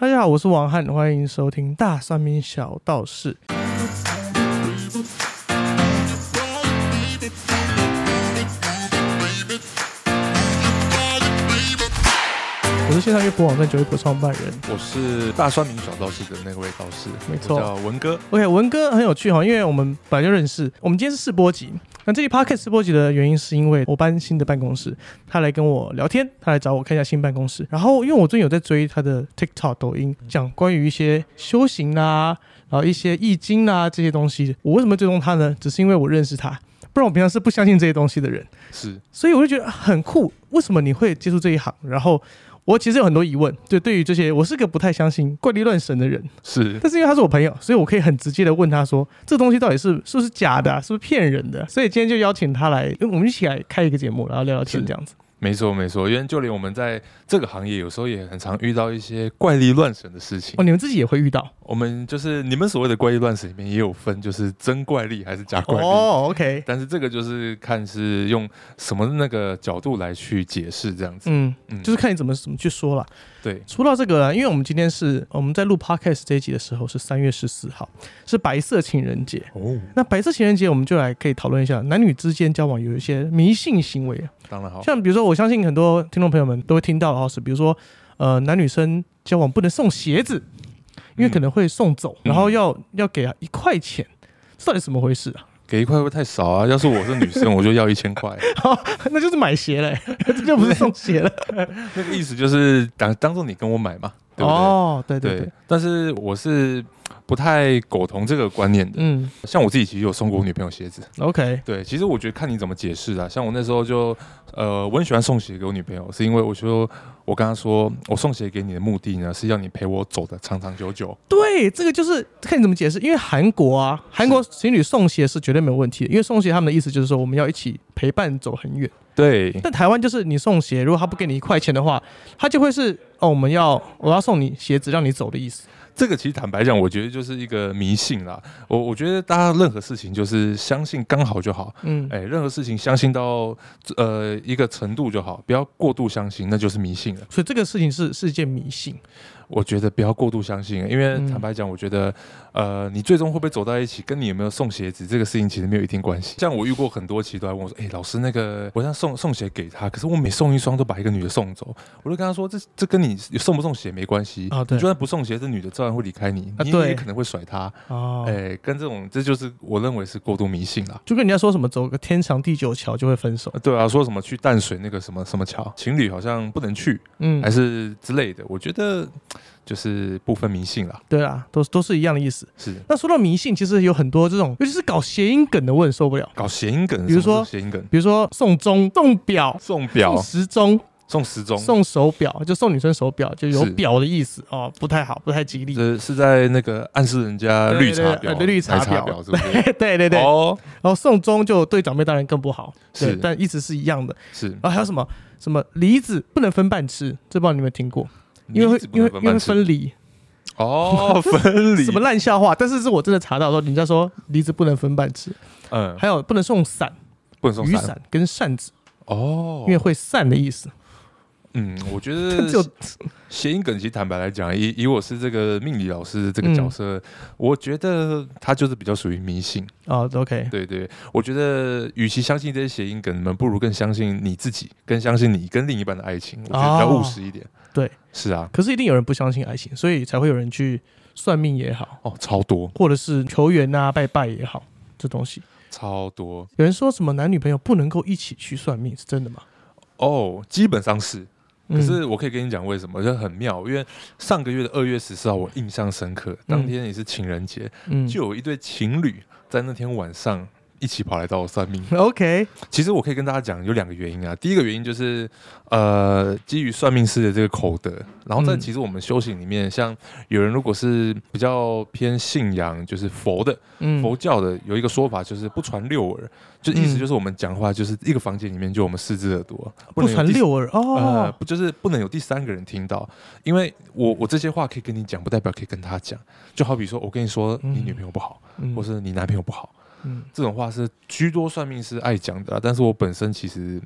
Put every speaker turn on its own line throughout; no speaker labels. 大家好，我是王翰，欢迎收听《大三明小道士》。我是线上乐谱网站九一谱创办人。
我是大酸民小道士的那位道士，
没错
我叫文哥。
OK，文哥很有趣哈，因为我们本来就认识。我们今天是试播集，那这期 Podcast 试播集的原因是因为我搬新的办公室，他来跟我聊天，他来找我看一下新办公室。然后因为我最近有在追他的 TikTok 抖音，讲关于一些修行啊，然后一些易经啊这些东西。我为什么追踪他呢？只是因为我认识他，不然我平常是不相信这些东西的人。
是
所以我就觉得很酷，为什么你会接触这一行？然后我其实有很多疑问，就对于这些，我是个不太相信怪力乱神的人，
是，
但是因为他是我朋友，所以我可以很直接的问他说，这东西到底是是不是假的、啊，是不是骗人的？所以今天就邀请他来，因为我们一起来开一个节目，然后聊聊天
是
这样子。
没错没错。因为就连我们在这个行业，有时候也很常遇到一些怪力乱神的事情。
哦，你们自己也会遇到
我们就是你们所谓的怪力乱神里面也有分，就是真怪力还是假怪力。
哦，OK，
但是这个就是看是用什么那个角度来去解释这样子。
嗯，
嗯，
就是看你怎么怎么去说了。
对，
除了这个啊，因为我们今天是我们在录 podcast 这一集的时候是三月十四号，是白色情人节。
哦，
那白色情人节，我们就来可以讨论一下男女之间交往有一些迷信行为，
当然好，
像比如说，我相信很多听众朋友们都会听到的话是，比如说，呃，男女生交往不能送鞋子，因为可能会送走，
嗯
然后要要给一块钱，这到底怎么回事 啊？
给一块会不会太少啊？要是我是女生，我就要一千块。
那就是买鞋嘞， 这就不是送鞋了。
那个意思就是当当做你跟我买嘛， 对不对？
哦，对对
对
对，，
但是我是不太苟同这个观念的。
嗯
像我自己其实有送过我女朋友鞋子，
，OK，
对，其实我觉得看你怎么解释啊。像我那时候就，呃，我很喜欢送鞋给我女朋友，是因为我说我跟她说，我送鞋给你的目的呢，是要你陪我走的长长久久。
对，这个就是看你怎么解释，因为韩国啊，韩国情侣送鞋是绝对没有问题的，因为送鞋他们的意思就是说我们要一起陪伴走很远。
对，
但台湾就是你送鞋，如果他不给你一块钱的话，他就会是哦，我们要我要送你鞋子让你走的意思。
这个其实坦白讲，我觉得就是一个迷信啦。我我觉得大家任何事情就是相信刚好就好，
嗯，
哎，任何事情相信到呃一个程度就好，不要过度相信，那就是迷信了。
所以这个事情是是一件迷信。
我觉得不要过度相信，因为
嗯
坦白讲，我觉得，呃，你最终会不会走到一起，跟你有没有送鞋子这个事情其实没有一定关系。像我遇过很多，其实都来问我说：“哎、老师，那个我想送送鞋给他，可是我每送一双都把一个女的送走。”我就跟他说：“这这跟你送不送鞋没关系
啊对
你就算不送鞋，这女的照样会离开你，
啊
你
对
也可能会甩她。
哦
哎、跟这种这就是我认为是过度迷信啦。
就跟人家说什么走个天长地久桥就会分手。
呃对啊，说什么去淡水那个什么什么桥，情侣好像不能去，
嗯
还，是之类的。我觉得就是部分迷信啦，
对啊，都都是一样的意思。
是。
那说到迷信，其实有很多这种，尤其是搞谐音梗的，我很受不了。
搞谐音梗，
比如说
什么是谐音梗，
比如说送钟、送表、
送表
送、时钟、
送时钟，
送手表，就送女生手表，就有
是
表的意思哦，不太好，不太吉利。
这是在那个暗示人家
对
绿茶婊
对呃对、绿茶婊
奶婊，是不是？
对 对对，
哦，
然后送钟就对长辈当然更不好，对
是，
但意思是一样的。
是，
然后还有什么什么梨子不能分半吃，这不知道你们有没有听过？因为
你
会
一直不
因为
能
因为
慢慢
会
吃
分离，
哦，分 离
什么烂笑话？但是是我真的查到说，人家说梨子不能分半吃，
嗯，
还有不能送伞、
不能送
雨
伞
伞跟扇子，
哦
因，为会散的意思。
嗯，我觉
就
得谐音梗，其实坦白来讲，以以我是这个命理老师这
嗯
个角色，我觉得他就是比较属于迷信。
哦，OK，
对对，我觉得与其相信这些谐音梗，你们不如更相信你自己，更相信你跟另一半的爱情，我觉得比较
哦
务实一点。
对，
是啊，
可是一定有人不相信爱情，所以才会有人去算命也好，
哦，超多，
或者是求缘啊、拜拜也好，这东西。
超多
有人说什么男女朋友不能够一起去算命，是真的吗？
哦，基本上是。
嗯
可是我可以跟你讲为什么，就很妙，因为上个月的二月十四号我印象深刻，当天也是情人节，
嗯
就有一对情侣在那天晚上一起跑来找我算命。
OK，
其实我可以跟大家讲有两个原因啊，第一个原因就是呃基于算命师的这个口德，然后在
嗯
其实我们修行里面，像有人如果是比较偏信仰就是佛的，
嗯
佛教的有一个说法就是不传六耳，就意
嗯
思就是我们讲话就是一个房间里面就我们四只耳朵，
不
能有
传
第
六耳
呃，
哦，
不就是不能有第三个人听到，因为我我这些话可以跟你讲，不代表可以跟他讲。就好比说我跟你说
嗯
你女朋友不好，
嗯
或是你男朋友不好，
嗯
这种话是居多算命师爱讲的啊、但是我本身其实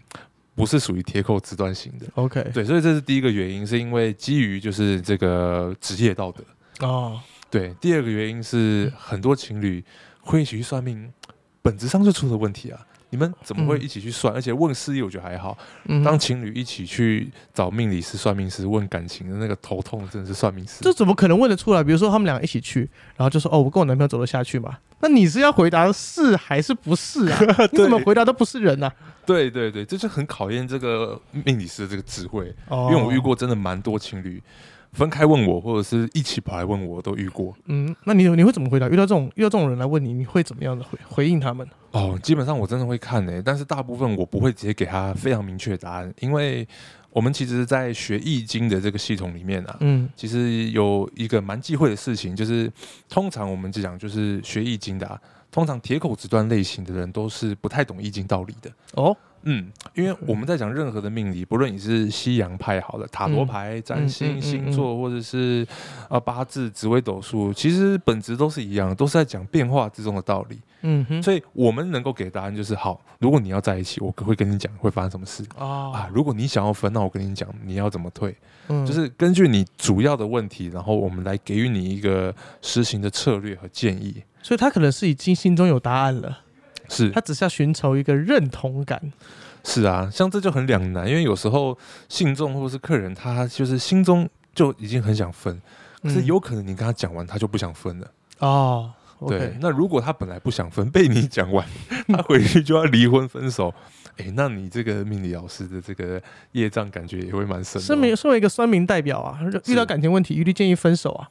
不是属于铁口直断型的。
OK，
对，所以这是第一个原因，是因为基于就是这个职业道德。
哦，
对，第二个原因
嗯
是很多情侣会一起去算命，本质上就出了问题啊。你们怎么会
嗯
一起去算？而且问事业我觉得还好，
嗯，
当情侣一起去找命理师、算命师问感情的那个头痛，真的是算命师。
这怎么可能问得出来？比如说他们两个一起去，然后就说哦，我跟我男朋友走得下去嘛？那你是要回答是还是不是 啊？你怎么回答都不是人啊呐、
对对对，这就很考验这个命理师的这个智慧，
哦
因为我遇，过真的蛮多情侣分开问我，或者是一起跑来问我，我都遇过。
嗯，那你你会怎么回答？遇到这种遇到这种人来问你，你会怎么样的回回应他们？
哦，基本上我真的会看诶、但是大部分我不会直接给他非常明确的答案，因为我们其实，在学易经的这个系统里面啊，
嗯
其实有一个蛮忌讳的事情，就是通常我们就讲就是学易经的、啊，通常铁口直断类型的人都是不太懂易经道理的。
哦，
嗯，因为我们在讲任何的命理，不论你是西洋派好了，塔罗牌、占
嗯嗯
星、
嗯
星座，或者是啊、呃八字、紫微斗数，其实本质都是一样，都是在讲变化之中的道理。
嗯哼，
所以我们能够给的答案就是：好，如果你要在一起，我会跟你讲会发生什么事啊
啊，；
如果你想要分，那我跟你讲你要怎么退。
嗯
就是根据你主要的问题，然后我们来给予你一个实行的策略和建议。
所以他可能是已经心中有答案了，
是
他只是要寻求一个认同感。
是啊，像这就很两难，因为有时候信众或者是客人，他就是心中就已经很想分，可是
嗯
有可能你跟他讲完，他就不想分了。
哦
啊对
，OK，，
那如果他本来不想分，被你 讲完，他回去就要离婚分手，哎、那你这个命理老师的这个业障，感觉也会蛮深的哦。
身为身为一个酸民代表啊，遇到感情问题一律建议分手啊。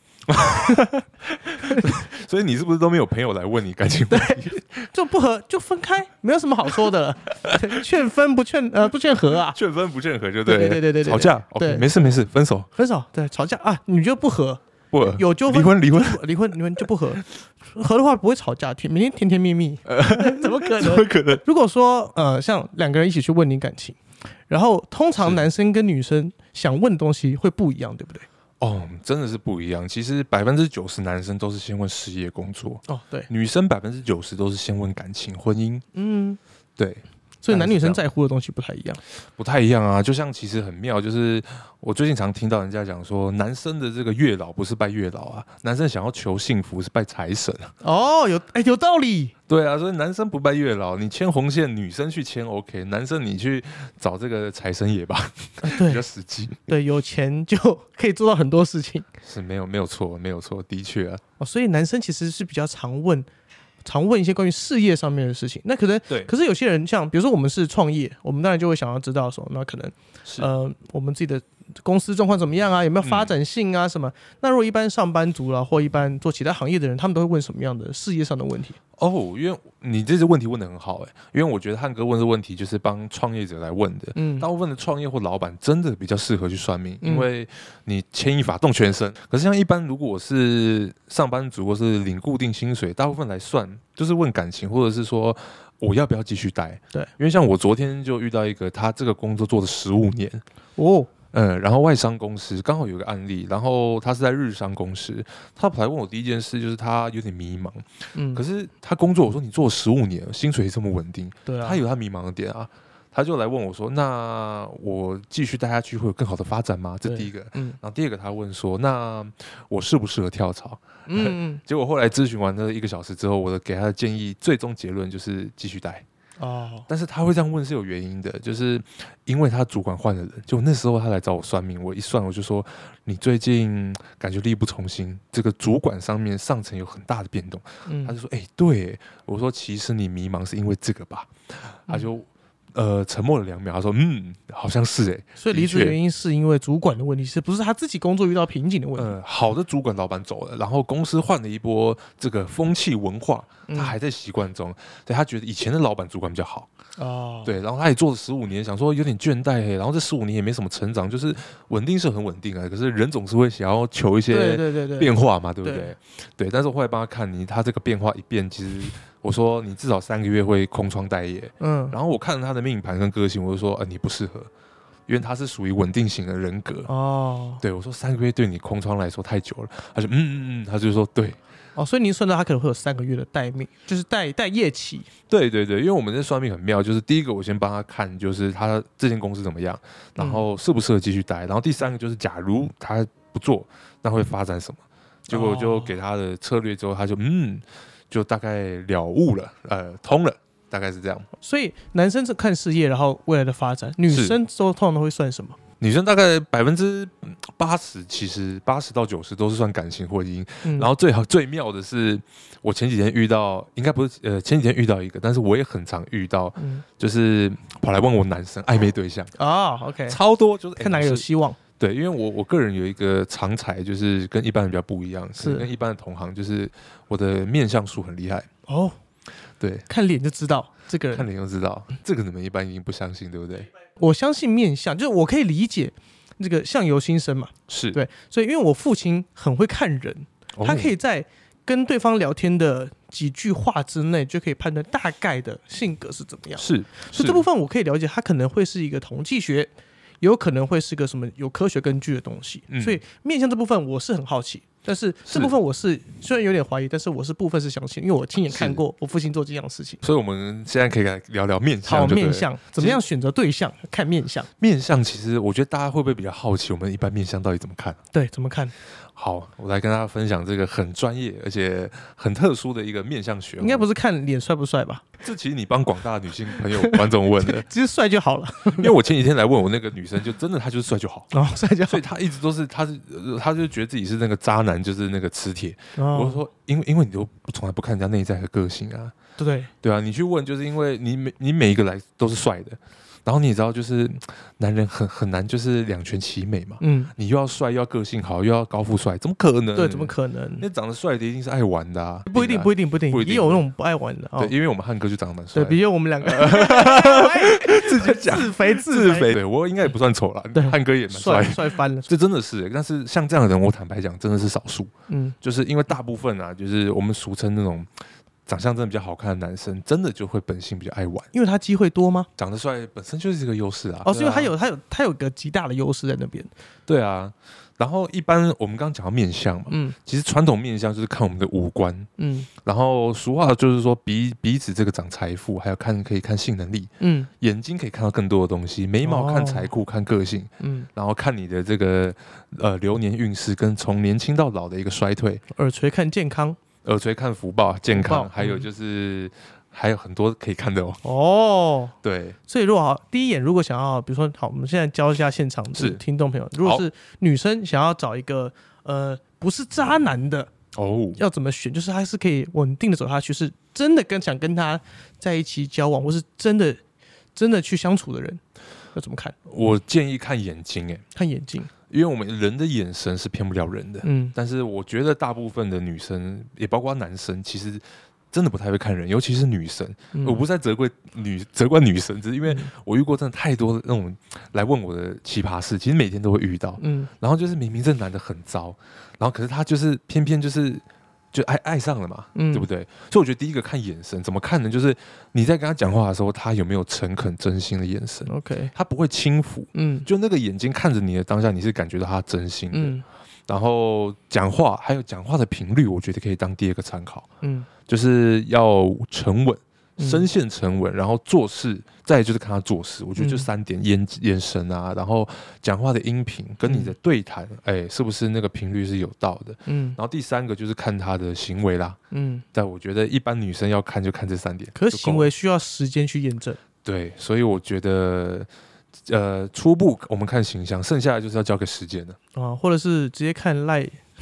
所以你是不是都没有朋友来问你感情问题？
就不合就分开， 没有什么好说的了。 劝分不劝呃不劝和啊，
劝分不劝和就对了。
对对对对对对
吵架
对
OK，没事没事，分手
分手对吵架啊，你就不和，
不合
有纠
离
纷
婚离婚。
离婚离婚就不 和，和的话不会吵架，天每天甜甜蜜蜜， 怎么可
怎么
能？
可能？
如果说呃像两个人一起去问你感情，然后通常
是
男生跟女生想问的东西会不一样，对不对？
哦，真的是不一样。其实百分之九十男生都是先问事业工作，
哦对，
女生百分之九十都是先问感情婚姻。
嗯，
对，
所以男女
当然是这
生
样
在乎的东西不太一样。
不太一样啊。就像其实很妙，就是我最近常听到人家讲说，男生的这个月老不是拜月老啊，男生想要求幸福是拜财神啊。
哦，有哎有道理，
对啊，所以男生不拜月老，你牵红线，女生去牵 OK，男生你去找这个财神爷吧，
啊
比较
对
实际。
对，有钱就可以做到很多事情。
是没有没有错，没有错，的确啊，
哦，所以男生其实是比较常问，常问一些关于事业上面的事情。那可能，
对
可是有些人像，比如说我们是创业，我们当然就会想要知道说，那可能
是嗯
呃，我们自己的公司状况怎么样啊，有没有发展性啊，什么？那如果一般上班族啦，或一般做其他行业的人，他们都会问什么样的事业上的问题？
哦，因为你这些问题问的很好哎、因为我觉得汉哥问这问题就是帮创业者来问的。
嗯
大部分的创业或老板真的比较适合去算命，
嗯
因为你牵一发动全身。可是像一般如果我是上班族或是领固定薪水，大部分来算就是问感情，或者是说我要不要继续待。
对
因为像我昨天就遇到一个，他这个工作做了十五年，
哦，
嗯，然后外商公司刚好有个案例，然后他是在日商公司，他跑来问我第一件事就是他有点迷茫。
嗯，
可是他工作，我说你做十五年，薪水这么稳定，
对啊，
他有他迷茫的点啊。他就来问我说：“那我继续待下去会有更好的发展吗？”这
对
第一个。
嗯
然后第二个，他问说：“那我适不适合跳槽
嗯？”
结果后来咨询完那一个小时之后，我的给他的建议最终结论就是继续待。
哦，
但是他会这样问是有原因的，就是因为他主管换了人。就那时候他来找我算命，我一算我就说：“你最近感觉力不从心，这个主管上面上层有很大的变动。”他就
嗯，
说：“哎、对耶。”我说：“其实你迷茫是因为这个吧？”
嗯
他就呃沉默了两秒，他说：“嗯，好像是哎。
所以离职
的
的
确
原因是因为主管的问题，是不是他自己工作遇到瓶颈的问题？
呃，好的主管老板走了，然后公司换了一波这个风气文化，
嗯
他还在习惯中。对他觉得以前的老板主管比较好，
哦，，
对，然后他也做了十五年，想说有点倦怠哎，然后这十五年也没什么成长，就是稳定是很稳定啊，可是人总是会想要求一些
对对对对，
变化嘛，对不对？
对
对，但是我后来帮他看你，他这个变化一变，其实我说你至少三个月会空窗待业。
嗯，
然后我看了他的命盘跟个性，我就说，呃，你不适合。因为他是属于稳定型的人格。
哦
对我说三个月对你空窗来说太久了，他就嗯嗯嗯，他就说对
哦，所以您算到他可能会有三个月的待命，就是待待业期。
对对对，因为我们这算命很妙，就是第一个我先帮他看，就是他这间公司怎么样，
嗯
然后适不适合继续待，然后第三个就是假如他不做，那会发展什么？结果我就
哦
给他的策略之后，他就嗯，就大概了悟了，呃，通了，大概是这样。
所以男生是看事业，然后未来的发展；女
是
生都通常都会算什么？
女生大概百分之嗯八十，其实八十到九十都是算感情婚姻。
嗯
然后最好最妙的是，我前几天遇到，应该不是呃前几天遇到一个，但是我也很常遇到，
嗯
就是跑来问我男生暧昧对象，
啊、o k
超多，就是、哎
看哪个有
老师
希望。
对，因为我我个人有一个长才，就是跟一般人比较不一样，
是
是跟一般的同行，就是我的面相术很厉害，
哦，
对，
看脸就知道这个人
看脸就知道，这个你们一般已经不相信，对不对？
我相信面相，就是我可以理解这个相由心生嘛，
是，
对，所以因为我父亲很会看人，
哦
他可以在跟对方聊天的几句话之内就可以判断大概的性格是怎么样，
是，
所
是
以这部分我可以了解，他可能会是一个统计学。有可能会是个什么有科学根据的东西，
嗯
所以面向这部分我是很好奇，但是这部分我是虽然有点怀疑，但是我是部分是相信，因为我亲眼看
是
过我父亲做这样的事情。
所以我们现在可以来聊聊面
好，
相，
面。相怎么样选择对象？看面相，
面相其实我觉得大家会不会比较好奇，我们一般面相到底怎么看？
对，怎么
啊
看？
好，我来跟大家分享这个很专业而且很特殊的一个面相学。
应该不
是，
是看脸帅不帅吧？，
这其实你帮广大的女性朋友观众问的
其实帅就 好了。
因为我前几天来问我那个女生，就真的她就是帅就好。
哦，帅就好
所以。她一直都是，她是，呃她就觉得自己是那个渣男，就是那个磁铁。我就
哦，
说，因为因为你都从来不看人家内在和个性啊，
对对，
对啊，你去问，就是因为你每你每一个来都是帅的，然后你也知道，就是男人很很难，就是两全其美嘛。
嗯，
你又要帅，又要个性好，又要高富帅，怎么可能？
对，怎么可能
呃那？长得帅的一定是爱玩的啊，
不一定，
啊
不一定，不一定
不，一定
也有那种不爱玩的哦
对，。因为我们汉哥就长得蛮帅
对，
的，
比如我们两个
自己讲
自肥
自
自
肥，，对我应该也不算丑啦
对，
汉哥也蛮
帅
帅的，
帅翻了。
这真的是欸。但是像这样的人，我坦白讲，真的是少数，
嗯，
就是因为大部分啊，就是我们俗称那种长相真的比较好看的男生，真的就会本性比较爱玩，
因为他机会多吗？
长得帅本身就是一个优势啊。
哦，是因为他
对啊
有他有他有个极大的优势在那边。
对啊。然后一般我们刚刚讲到面相嘛，
嗯
其实传统面相就是看我们的五官，
嗯
然后俗话就是说鼻鼻子这个长财富，还有看可以看性能力，
嗯
眼睛可以看到更多的东西，眉毛看财库、看个性，
嗯，
然后看你的这个呃流年运势跟从年轻到老的一个衰退，
耳垂看健康。
耳垂看福报、健
福报
康，还有
嗯
就是、还有很多可以看的哦。
哦，
对，
所以如果好第一眼如果想要，比如说好，我们现在教一下现场的
是
听众朋友，如果是女生想要找一个呃不是渣男的，
哦，
要怎么选，就是他是可以稳定的走下去，是真的跟想跟他在一起交往，或是真的真的去相处的人，要怎么看？
我建议看眼睛，哎，
看眼睛，
因为我们人的眼神是骗不了人的。
嗯，
但是我觉得大部分的女生，也包括男生，其实真的不太会看人，尤其是女生。
嗯
我不是在责怪女责怪女生，只是因为
嗯
我遇过真的太多那种来问我的奇葩事，其实每天都会遇到。
嗯，
然后就是明明这男的很糟，然后可是他就是偏偏就是就爱爱上了嘛，
嗯
对不对？所以我觉得第一个看眼神，怎么看呢？就是你在跟他讲话的时候，他有没有诚恳真心的眼神，
，OK，
他不会轻浮，
嗯
就那个眼睛看着你的当下，你是感觉到他真心的。
嗯
然后讲话还有讲话的频率，我觉得可以当第二个参考，
嗯
就是要沉稳。
嗯
声线沉稳，然后做事，再来就是看他做事。我觉得就
嗯
三点，眼眼神啊，然后讲话的音频跟你的对谈，哎、是不是那个频率是有到的？
嗯
然后第三个就是看他的行为啦。
嗯，
但我觉得一般女生要看就看这三点，
可
就是够
行为需要时间去验证，
对，所以我觉得，呃，初步我们看形象，剩下的就是要交给时间了。
啊，或者是直接看赖。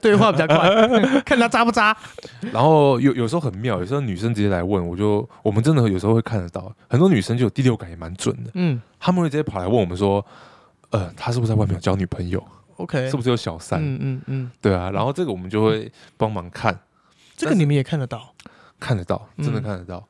对话比较 快，看他渣不渣。
然后有有时候很妙，有时候女生直接来问，我就我们真的有时候会看得到，很多女生就有第六感也蛮准的，
嗯
她们会直接跑来问我们说，呃，他是不是在外面有交女朋友？
，OK，
是不是有小三？
嗯嗯嗯，
对啊，然后这个我们就会帮忙看，
这个你们也看得到。
看得到，真的
嗯
看得到。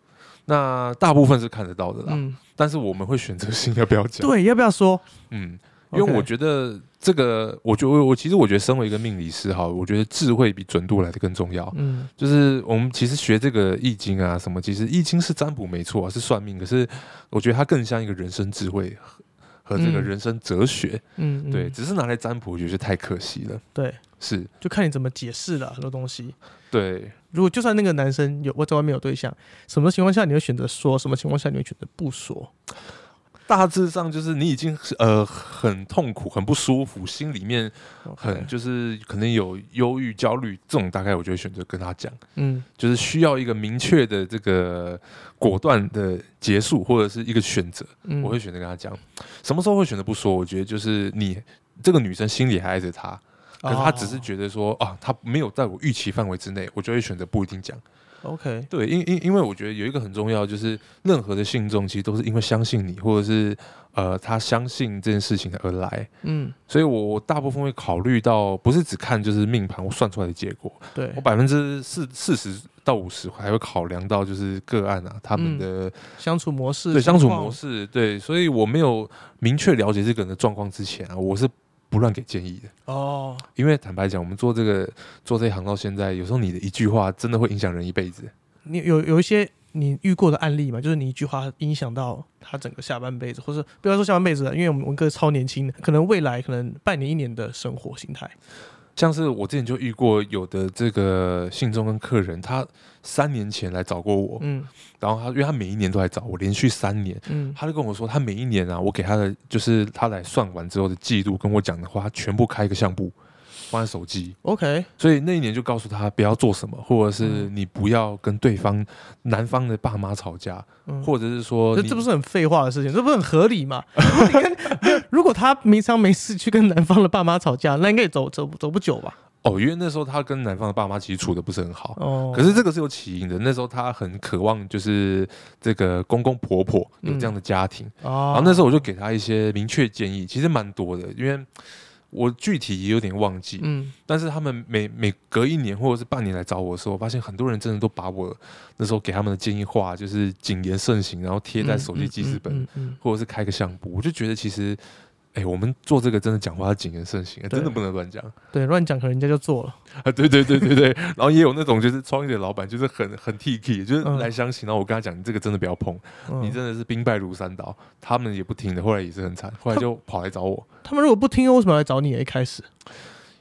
那大部分是看得到的啦，
嗯，
但是我们会选择性要不要讲。，
对，要不要说？
嗯，因为
OK
我觉得这个，我觉得我其实我觉得身为一个命理师哈，我觉得智慧比准度来的更重要。
嗯
就是我们其实学这个易经啊什么，其实易经是占卜没错、啊，是算命，可是我觉得它更像一个人生智慧。和这个
嗯
人生哲学，
嗯，嗯
对，只是拿来占卜，我觉得太可惜了。
对，
是，
就看你怎么解释了很多东西。
对，
如果就算那个男生有我在外面有对象，什么情况下你会选择说，什么情况下你会选择不说？
大致上就是你已经呃很痛苦、很不舒服，心里面很就是可能有忧郁、焦虑这种，大概我就会选择跟他讲，
嗯
就是需要一个明确的这个果断的结束或者是一个选择，
嗯，
我会选择跟他讲。什么时候会选择不说？我觉得就是你这个女生心里还爱着他，可是她只
哦
是觉得说、啊，她没有在我预期范围之内，我就会选择不一定讲。
得 OK，
对，因因因为我觉得有一个很重要，就是任何的信众其实都是因为相信你，或者是呃他相信这件事情而来，
嗯，
所以我我大部分会考虑到，不是只看就是命盘我算出来的结果，
对
我，百分之四四十到五十还会考量到就是个案啊他们的、
相处模式，
对相处
况
模，式，对，所以我没有明确了解这个人的状况之前啊，我是不乱给建议的。
哦，
因为坦白讲，我们做这个做这一行到现在，有时候你的一句话真的会影响人一辈子。
你有有一些你遇过的案例嘛？就是你一句话影响到他整个下半辈子，或是不要说下半辈子了，因为我们文哥超年轻的，可能未来可能半年一年的生活形态。
像是我之前就遇过有的这个信众跟客人，他三年前来找过我，
嗯
然后他因为他每一年都来找我，连续三年，
嗯，
他就跟我说，他每一年啊，我给他的就是他来算完之后的记录，跟我讲的话，他全部开一个相簿放在手机，
OK，
所以那一年就告诉他不要做什么，或者是
嗯
你不要跟对方男方的爸妈吵架，
嗯，
或者是说
这
你
这不是很废话的事情，这不是很合理 嘛？你看没有如果他平常没事去跟男方的爸妈吵架，那应该也走走走不久吧？
哦，因为那时候他跟男方的爸妈其实处的不是很好，
哦，
可是这个是有起因的。那时候他很渴望，就是这个公公婆婆有
嗯
这样的家庭。
哦，
然后那时候我就给他一些明确建议，其实蛮多的，因为我具体也有点忘记。
嗯
但是他们每每隔一年或者是半年来找我的时候，我发现很多人真的都把我那时候给他们的建议话，就是谨言慎行，然后贴在手机记事本，
嗯嗯嗯嗯
或者是开个相簿。我就觉得其实，哎、我们做这个真的讲话要谨言慎行，哎
对
真的不能乱讲。
嗯对，乱讲可能人家就做了，
啊， 对对对对对，然后也有那种就是创业的老板，就是很很 T K，就是
嗯
来相信，然后我跟他讲，你这个真的不要碰，
嗯
你真的是兵败如山倒，他们也不听的，后来也是很惨，后来就跑来找我。
嗯他们如果不听，为什么要来找你啊？一开始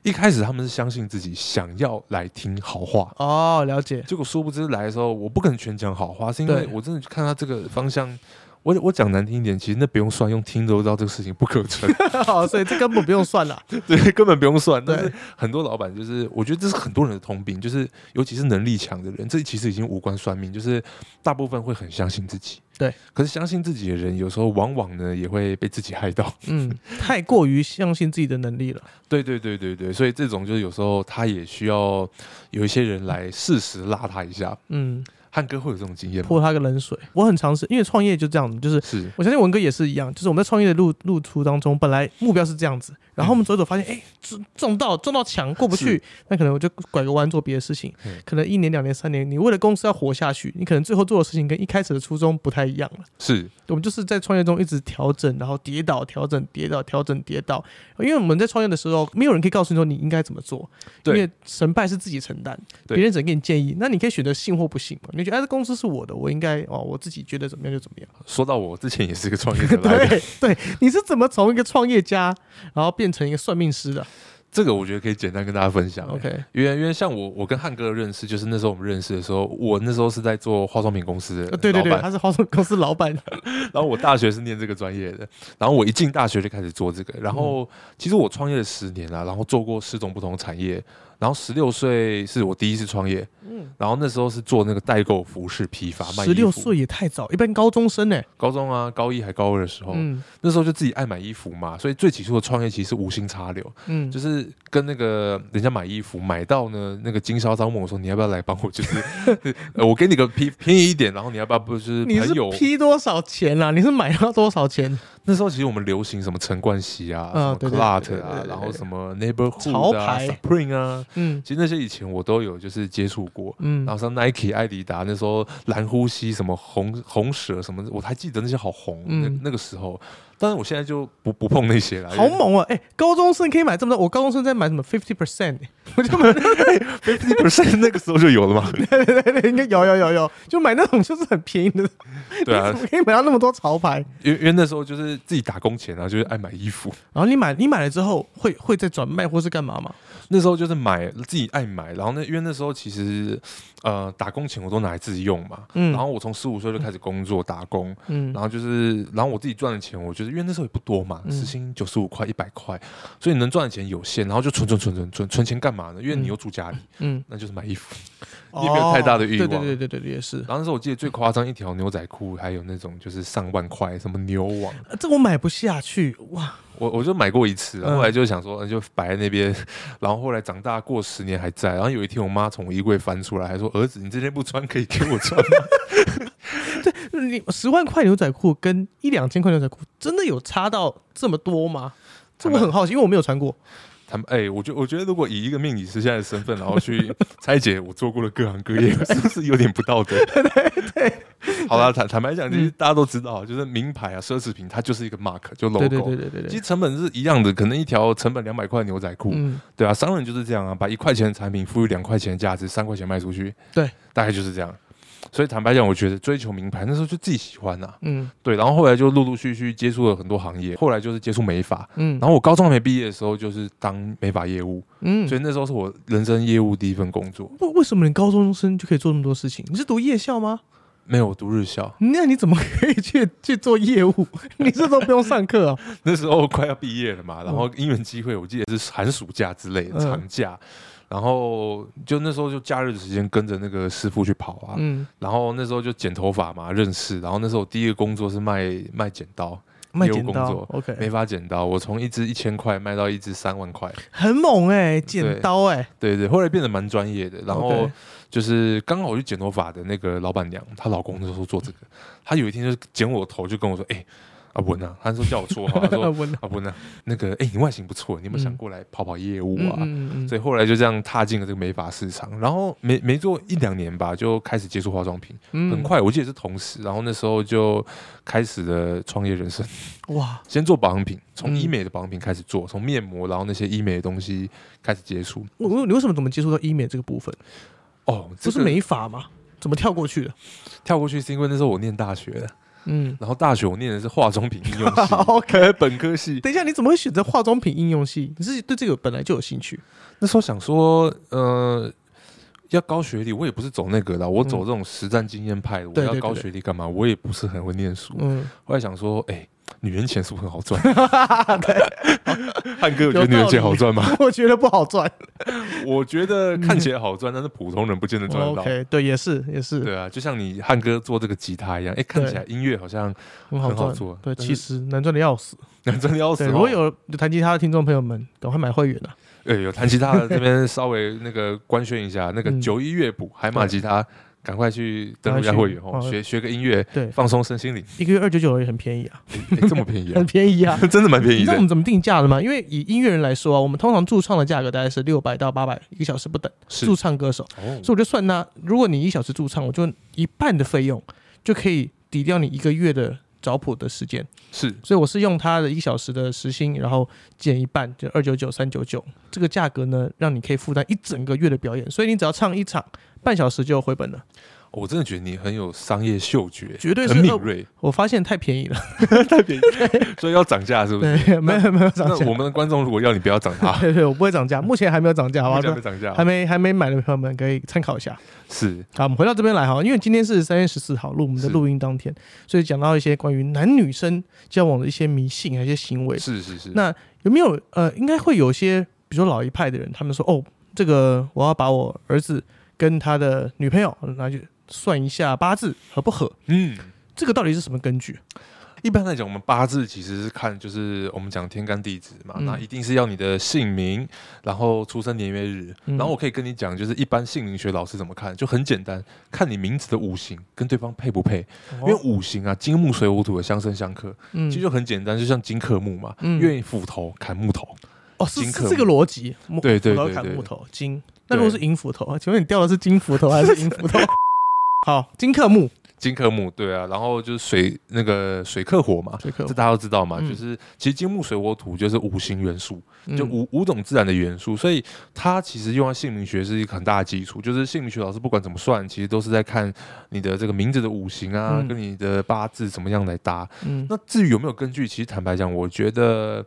一开始他们是相信自己想要来听好话，
哦，了 解，
结果殊不知来的时候，我不可能全讲好话，是因为
对
我真的看他这个方向。我我讲难听一点，其实那不用算，用听都知道这个事情不可成，
好，哦所以这根本不用算了。
对，根本不用算。但
对
是很多老板就是，我觉得这是很多人的通病，就是尤其是能力强的人，这其实已经无关算命，就是大部分会很相信自己。
对，
可是相信自己的人，有时候往往呢也会被自己害到。
嗯，太过于相信自己的能力了。
对对对对对，所以这种就是有时候他也需要有一些人来适时拉他一下。
嗯，
汉哥会有这种经验吗？
泼他个冷水。我很尝试，因为创业就这样子，就是
是，
我相信文哥也是一样，就是我们在创业的路路途当中，本来目标是这样子，然后我们走一走发现，哎、撞撞到撞到墙过不去
是，
那可能我就拐个弯做别的事情
嗯。
可能一年、两年、三年，你为了公司要活下去，你可能最后做的事情跟一开始的初衷不太一样了。
是
我们就是在创业中一直调整，然后跌倒、调整、跌倒、调整、跌倒。因为我们在创业的时候，没有人可以告诉你说你应该怎么做，因
对
为成败是自己承担，
对
别人只能给你建议，那你可以选择信或不信嘛。你觉得哎，这公司是我的，我应该哦，我自己觉得怎么样就怎么样。
说到我之前也是一个创业者 来的，
对对，你是怎么从一个创业家，然后变成一个算命师的
这个我觉得可以简单跟大家分享。
？OK，
因为因为像我，我跟汉哥的认识，就是那时候我们认识的时候，我那时候是在做化妆品公司的老
呃
板，
对对对，他是化妆公司老 板。
然后我大学是念这个专业的，然后我一进大学就开始做这个，然
嗯
后其实我创业了十年啦、然后做过四种不同的产业，然后十六岁是我第一次创业，
嗯，
然后那时候是做那个代购服饰批发卖衣
十
服，
六岁也太早，一般高中生呢。
高中啊高一还高二的时候，
嗯
那时候就自己爱买衣服嘛，所以最起初的创业其实是无心插柳，
嗯，
就是是跟那个人家买衣服，买到呢，那个经销商问我说：“你要不要来帮我？就是 呃，我给你个便便宜一点，然后你要不要？不就是
你
朋
是
友？
批多少钱啊啦、你是买到多少钱？
那时候其实我们流行什么陈冠希啊，
嗯
什
对
么
对
Clat
对对对
啊，
对
然
对
后
对
什么 Neighborhood
潮
啊
牌
，Supreme 啊，
嗯
其实那些以前我都有就是接触过。”
嗯
然后像 Nike、艾迪达，那时候蓝呼吸什么红红蛇什么的，我还记得那些好红。
嗯
那那个时候，但是我现在就不不碰那些了，
好猛啊！哎、高中生可以买这么多，我高中生在买什么 fifty percent，我就买，
不是那个时候就有了 嘛？
对对哎对，应该有有有有，就买那种就是很便宜的，
对啊
你，怎么可以买到那么多潮牌？
因为因为那时候就是自己打工前啊，就是爱买衣服，
然后你买你买了之后会会再转卖或是干嘛吗？
那时候就是买自己爱买，然后那因为那时候其实呃打工钱我都拿来自己用嘛，
嗯
然后我从十五岁就开始工作打工，
嗯
然后就是然后我自己赚的钱，我就是因为那时候也不多嘛，
嗯
时薪九十五块一百块，所以能赚的钱有限，然后就存存存存存存钱干嘛呢？因为
嗯
你又住家里，
嗯，
那就是买衣服。你也没有太大的欲望
哦对对对对对，也是。
然后那时候我记得最夸张一条牛仔裤，还有那种就是上万块什么牛网，
啊这我买不下去哇！
我我就买过一次，
嗯
后来就想说呃就摆在那边，然后后来长大过十年还在，然后有一天我妈从我衣柜翻出来，还说儿子你这件不穿可以给我穿吗？
你十万块牛仔裤跟一两千块牛仔裤真的有差到这么多吗？这我很好奇，因为我没有穿过。
他们哎、我觉我觉得如果以一个命理师现在的身份，然后去拆解我做过的各行各业， 是不是有点不道 德？对对。 好啦，坦坦白讲，
嗯
其实大家都知道，就是名牌啊、奢侈品，它就是一个 mark，就 logo。
对对对对对
其
对
实，成本是一样的，可能一条成本两百块的牛仔裤，
嗯，
对啊，商人就是这样啊，把一块钱的产品赋予两块钱的价值，三块钱卖出去，
对，
大概就是这样。所以坦白讲，我觉得追求名牌那时候就自己喜欢呐、啊，
嗯
对。然后后来就陆陆续续接触了很多行业，后来就是接触美发。
嗯
然后我高中还没毕业的时候，就是当美发业务，
嗯，
所以那时候是我人生业务第一份工作。
为为什么你高中生就可以做那么多事情？你是读夜校吗？
没有我读日校，
那你怎么可以去去做业务？ 你这都不用上课啊？
那时候快要毕业了嘛，然后因缘机会，我记得是寒暑假之类的
嗯
长假，然后就那时候就假日的时间跟着那个师傅去跑啊，
嗯，
然后那时候就剪头发嘛，认识。然后那时候我第一个工作是卖卖剪刀，
卖
业务
剪
工
刀
作
，OK，
美发剪刀。我从一支一千块卖到一支三万块，
很猛哎，剪刀哎，
对对，后来变得蛮专业的。然后
OK
就是刚好我去剪头发的那个老板娘，她老公那时候做这个，她有一天就剪我头，就跟我说：“哎、阿文啊，她说叫我绰号，她说
我
阿文啊，那个哎、你外形不错，你有没有想
嗯
过来跑跑业务
嗯
啊？”
嗯嗯
所以后来就这样踏进了这个美发市场，然后没没做一两年吧，就开始接触化妆品。
嗯
很快，我记得是同时，然后那时候就开始了创业人生，
哇，
先做保养品，从
嗯
医美的保养品开始做，从面膜，然后那些医美的东西开始接触。
我我你为什么怎么接触到医美这个部分？
哦，
这
这
是
个
美法吗？怎么跳过去的？
跳过去是因为那时候我念大学的，
嗯
然后大学我念的是化妆品应用系 哎
，OK。
本科系，
等一下，你怎么会选择化妆品应用系？你是对这个本来就有兴趣？
那时候想说，呃。要高学历，我也不是走那个的，我走这种实战经验派的。我
嗯对
要
对对
高
对
学历干嘛？我也不是很会念书。
嗯，
后来想说，哎、女人钱是不是很好赚？汉哥，我觉得女人钱好赚吗？
我觉得不好赚。
我觉得看起来好赚，但是普通人不见 得赚得到。
嗯 OK，对，也是也 是，
对啊，就像你汉哥做这个吉他一样，哎、看起来音乐好像
很好
很好
赚。
做，
对，
但
其
是
实难赚的要死。
真的要死
对，
哦。
如果有弹吉他的听众朋友们，赶快买会员啊！
哎有弹吉他的这边稍微那个官宣一下，那个
嗯
九一乐谱海马吉他，赶快去登录一下
赶快
会
去
员哦，
哦
学学个音乐，
对，
放松身心灵，
一个月二九九也很便宜啊，
哎、 这么便宜、啊
很，便宜啊。
真的蛮 便
你
宜
知道我
的。
们怎么定价的吗？因为以音乐人来说啊，我们通常驻唱的价格大概是六百到八百一个小时不等，
是
驻唱歌手。
哦
所以我就算那，如果你一小时驻唱，我就一半的费用就可以抵掉你一个月的找谱的时间。
是
所以我是用他的一小时的时薪，然后减一半，就二九九、三九九这个价格呢，让你可以负担一整个月的表演。所以你只要唱一场半小时就回本了，
哦我真的觉得你很有商业嗅觉，
绝对是
很敏
二
锐，
我发现 太便宜了，
太便宜， 所以要涨价是不是？
对，没 有没有涨
那
价
我，们的观众如果要你不要涨它，
对对，我不会涨价，目前还没有涨 价，好
物
吧
价？没涨价
还没还没买的朋友们可以参考一下。
是
好，我们回到这边来哈，因为今天是三月十四号录我们的
是
录音当天，所以讲到一些关于男女生交往的一些迷信、还有一些行为，
是是是，
那有没有呃，应该会有一些，比如说老一派的人，他们说哦，这个我要把我儿子跟他的女朋友拿去算一下八字合不合，
嗯。
这个到底是什么根据？
一般来讲，我们八字其实是看，就是我们讲天干地支嘛，
嗯
那一定是要你的姓名，然后出生年月日。
嗯
然后我可以跟你讲，就是一般姓名学老师怎么看，就很简单，看你名字的五行跟对方配不配。因为五行啊，金木水火土的相生相克，
哦嗯
其实就很简单，就像金克木嘛，
嗯
愿意斧头砍木头，
哦是
金
是
克
这个
木
逻辑，木
对对
斧头
对
砍
对
木头 金，那如果是银斧头啊，请问你掉的是金斧头还是银斧头？好，金克木，
金可母对啊，然后就是水那个水克火嘛，
这个
这大家都知道嘛，
嗯
就是其实金木水火土就是五行元素，就
嗯
五五种自然的元素，所以它其实用在姓名学是一个很大的基础。就是姓名学老师不管怎么算，其实都是在看你的这个名字的五行啊，
嗯
跟你的八字怎么样来搭。
嗯
那至于有没有根据，其实坦白讲，我觉得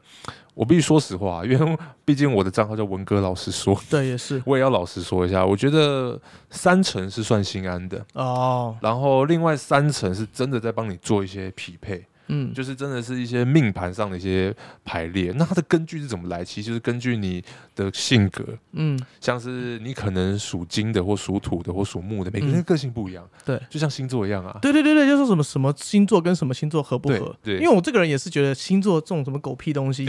我必须说实话，啊因为 毕竟我的账号叫文哥老师说，
对也是
我也要老实说一下，我觉得三成是算心安的，
哦，
然后另外三成是真的在帮你做一些匹配。
嗯
就是真的是一些命盘上的一些排列。那它的根据是怎么来？其实就是根据你的性格，
嗯
像是你可能属金的，或属土的，或属木的，每个人的
嗯
个性不一样。
对
就像星座一样啊。
对对对对，就说什么什么星座跟什么星座合不合？
对
因
对
为我这个人也是觉得星座这种什么狗屁 东西，。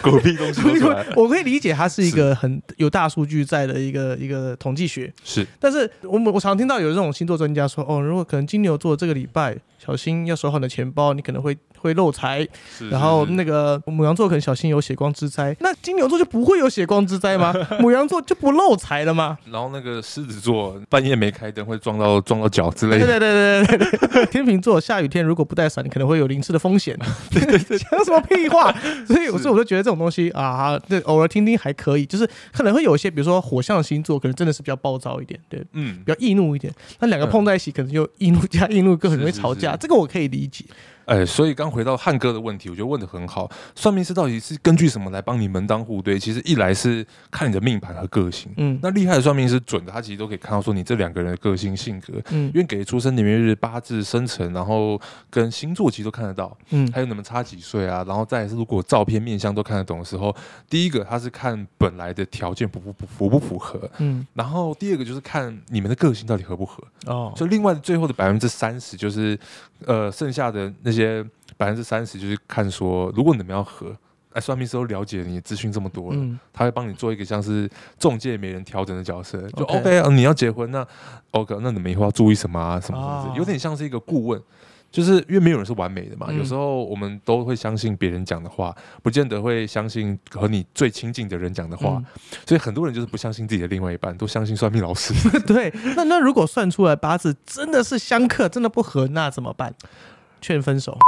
狗屁东西都出来了
我可以理解它是一个很有大数据在的一个一个统计学，
是
但是我们我常听到有这种星座专家说，哦，如果可能金牛座这个礼拜小心要守好你的钱包，你可能会会漏财，
是。
然后那
个
个母羊座可能小心有血光之灾，那金牛座就不会有血光之 灾吗？母羊座就不漏财了吗？
然后那个狮子座半夜没开灯会撞到撞到脚之类
对对
的。
对对对对对， 天秤座下雨天如果不带伞，你可能会有淋湿的风 险。 讲什么屁话？所以，
是
所以我就觉得这种东西啊，对，偶尔听听还可以，就是可能会有一些，比如说火象星座，可能真的是比较暴躁一点，对，
嗯
比，较易怒一点。那两个
嗯
碰在一起，可能就易怒加易怒，更很容易
是是
吵架。
是
这个我可以理解。
哎，所以刚回到汉哥的问题，我觉得问的很好。算命师到底是根据什么来帮你门当户对？其实一来是看你的命盘和个性，
嗯
那厉害的算命师准的，他其实都可以看到说你这两个人的个性性格，
嗯
因为给出生年月日、八字、生辰，然后跟星座其实都看得到，
嗯
还有你们差几岁啊，然后再来是如果照片面相都看得懂的时候，第一个他是看本来的条件符不符符不符合，
嗯
然后第二个就是看你们的个性到底合不合，
哦，
所以另外最后的百分之三十就是，呃，剩下的那些百分之三十就是看说，如果你们要合。哎，算命师都了解你的资讯这么多了，
嗯
他会帮你做一个像是中介媒人调整的角色，就
OK
OK，, 呃你要结婚，那 OK，那你们以后要注意什么啊，什么什么之类
哦
有点像是一个顾问，就是因为没有人是完美的嘛，
嗯
有时候我们都会相信别人讲的话，不见得会相信和你最亲近的人讲的
嗯
话，所以很多人就是不相信自己的另外一半，都相信算命 老师。
嗯 对。那那如果算出来八字真的是相克，真的不合，那怎么办？劝分手，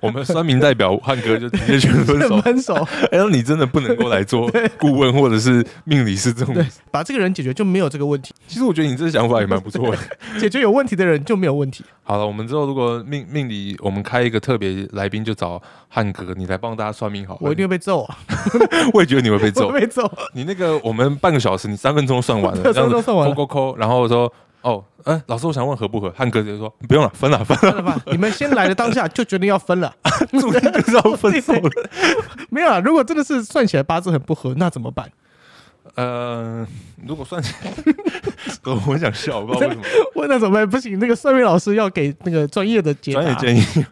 我们酸民代表汉哥就直接劝分手
劝，分手，
哎，那你真的不能够 来做顾问或者是命理师这种
对。把这个人解决就没有这个问题，
其实我觉得你这个想法也蛮不错的。
解决有问题的人就没有问 题。
好了，我们之后如果命命理，我们开一个特别来宾，就找汉哥，你来帮大家算命好了。
我一定会被揍啊！
我也觉得你会被
我
揍。
会被 揍。
你那个我们半个小时，你三分钟算完了，
三分钟算完了
扣扣扣，然后说哦，哎、老师，我想问合不合？汉哥就说不用了，分了分了，
真的吧？你们先来的当下就决定要分了，
注定就是要分手 了。
没有啊？如果真的是算起来八字很不合，那怎么办？
呃，如果算起来， 我很想笑，我不知道为什么。
我那怎么办？不行，那个算命老师要给那个专业的解答。
专业建议。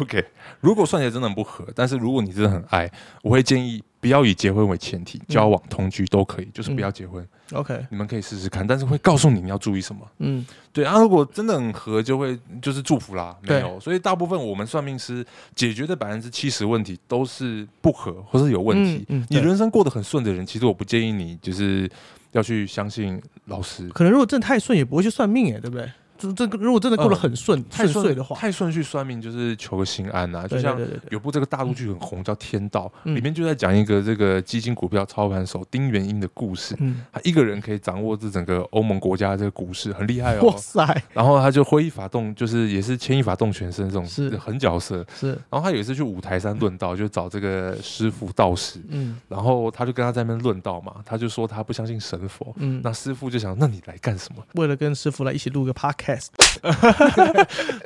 OK，如果算起来真的很不合，但是如果你真的很爱，我会建议不要以结婚为前
嗯
提，交往、同居都可以，就是不要结婚。
OK，
你们可以试试看，但是会告诉你你要注意什么。
嗯
对啊，如果真的很合，就会就是祝福啦，没
对
有。所以大部分我们算命师解决的百分之七十问题都是不合或是有问题。
嗯嗯
你
对
人生过得很顺的人，其实我不建议你就是要去相信老师。
可能如果真的太顺，也不会去算命，哎，对不对？这这个如果真的过得很顺、太顺的话，
太顺去算命就是求个心安啊，就
对
像
对对对对，
有部这个大陆剧很红，叫《天道》，
嗯
里面就在讲一个这个基金股票操盘手丁元英的故事。
嗯，
他一个人可以掌握这整个欧盟国家的这个股市，很厉害哦
哇。塞，
然后他就挥一法动，就是也是牵一发动全身这种
是
狠角色。
是，
然后他有一次去五台山论道，就找这个师傅道士，
嗯
然后他就跟他在那边论道嘛，他就说他不相信神佛。
嗯，
那师傅就想，那你来干什么？
为了跟师傅来一起录个 podcast，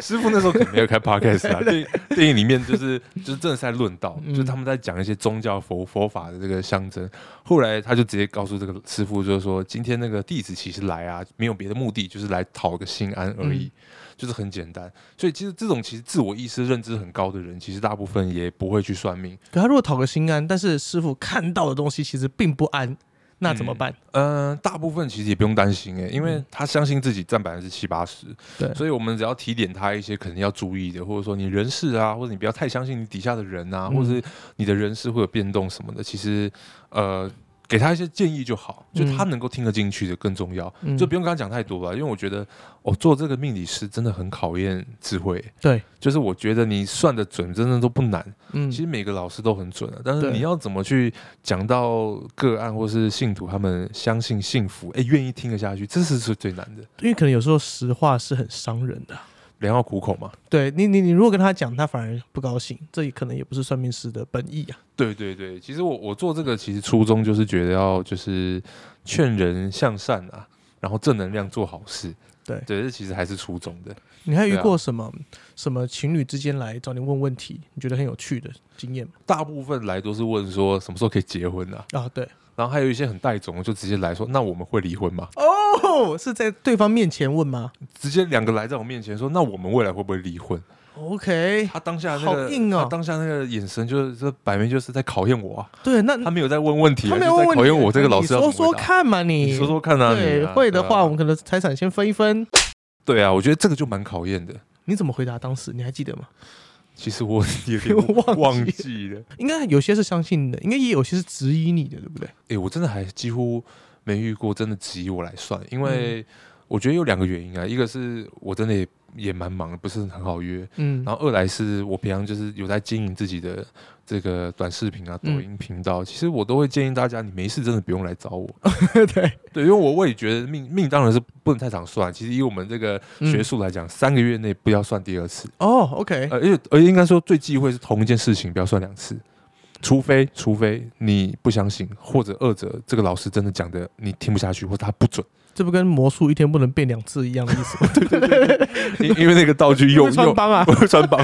师傅那时候可能 没有开 podcast 啊，电影电影里面就是就是真的是在论道，
嗯
就是他们在讲一些宗教佛佛法的这个象征。后来他就直接告诉这个师傅，就是说今天那个弟子其实来啊，没有别的目的，就是来讨个心安而已。
嗯
就是很简单，所以其实这种其实自我意识认知很高的人，其实大部分也不会去算命。
可他如果讨个心安，但是师傅看到的东西其实并不安，那怎么办？
嗯、大部分其实也不用担心诶、因为
嗯
他相信自己占百分之七八十，
对
所以我们只要提点他一些可能要注意的，或者说你人事啊，或者你不要太相信你底下的人啊，
嗯
或者是你的人事会有变动什么的，其实呃。给他一些建议就好，就
嗯
他能够听得进去的更重要，
嗯
就不用跟他讲太多了，因为我觉得哦，做这个命理师真的很考验智慧，
对，
就是我觉得你算的准真的都不难，
嗯
其实每个老师都很准啊，但是
对
你要怎么去讲到个案或是信徒他们相信幸福，哎，愿意听得下去，这是是最难的，
因为可能有时候实话是很伤人的啊。
良药苦口嘛。
对你，你你如果跟他讲，他反而不高兴，这也可能也不是算命师的本意啊。
对对对，其实我我做这个其实初衷就是觉得要就是劝人向善啊，然后正能量做好事。
对
对，这其实还是初衷的。
你还有遇
对啊
过什么、什么情侣之间来找你问问题，你觉得很有趣的经验吗？
大部分来都是问说什么时候可以结婚啊，
啊，对，
然后还有一些很带种的就直接来说，那我们会离婚吗？
哦，是在对方面前问吗
直接两个来在我面前说，那我们未来会不会离婚？
？OK，
他当下那个
好硬哦
他当下那个眼神就是这摆明就是在考验我啊，
对，那
他没有在问问题
嗯
啊，
他没有问
就
问
是在
题
考验我这个老师
你
要怎
说
么
说
回答
看嘛你，
你说说看啊，
对，
你啊
会的
对
话，
啊
我们可能财产先分一分。
对啊，我觉得这个就蛮考验的。
你怎么回答当时？你还记得吗？
其实我有 点
我忘记
忘记了，
应该有些是相信你的，应该也有些是质疑你的，对不对？
诶，我真的还几乎没遇过真的质疑我来算，因为
嗯
我觉得有两个原因啊，一个是我真的也也蛮忙的，不是很好约，
嗯，
然后二来是我平常就是有在经营自己的这个短视频啊、抖
嗯
音频道，其实我都会建议大家，你没事真的不用来找我，
对，
对，因为我我也觉得命命当然是不能太常算，其实以我们这个
嗯
学术来讲，三个月内不要算第二次，
哦，OK，
呃，而且而且应该说最忌讳是同一件事情不要算两次，除非除非你不相信，或者二者这个老师真的讲的你听不下去，或者他不准，
这不跟魔术一天不能变两次一样的意思吗？
因因为那个 道具又
会穿
又，
帮啊
会穿 帮，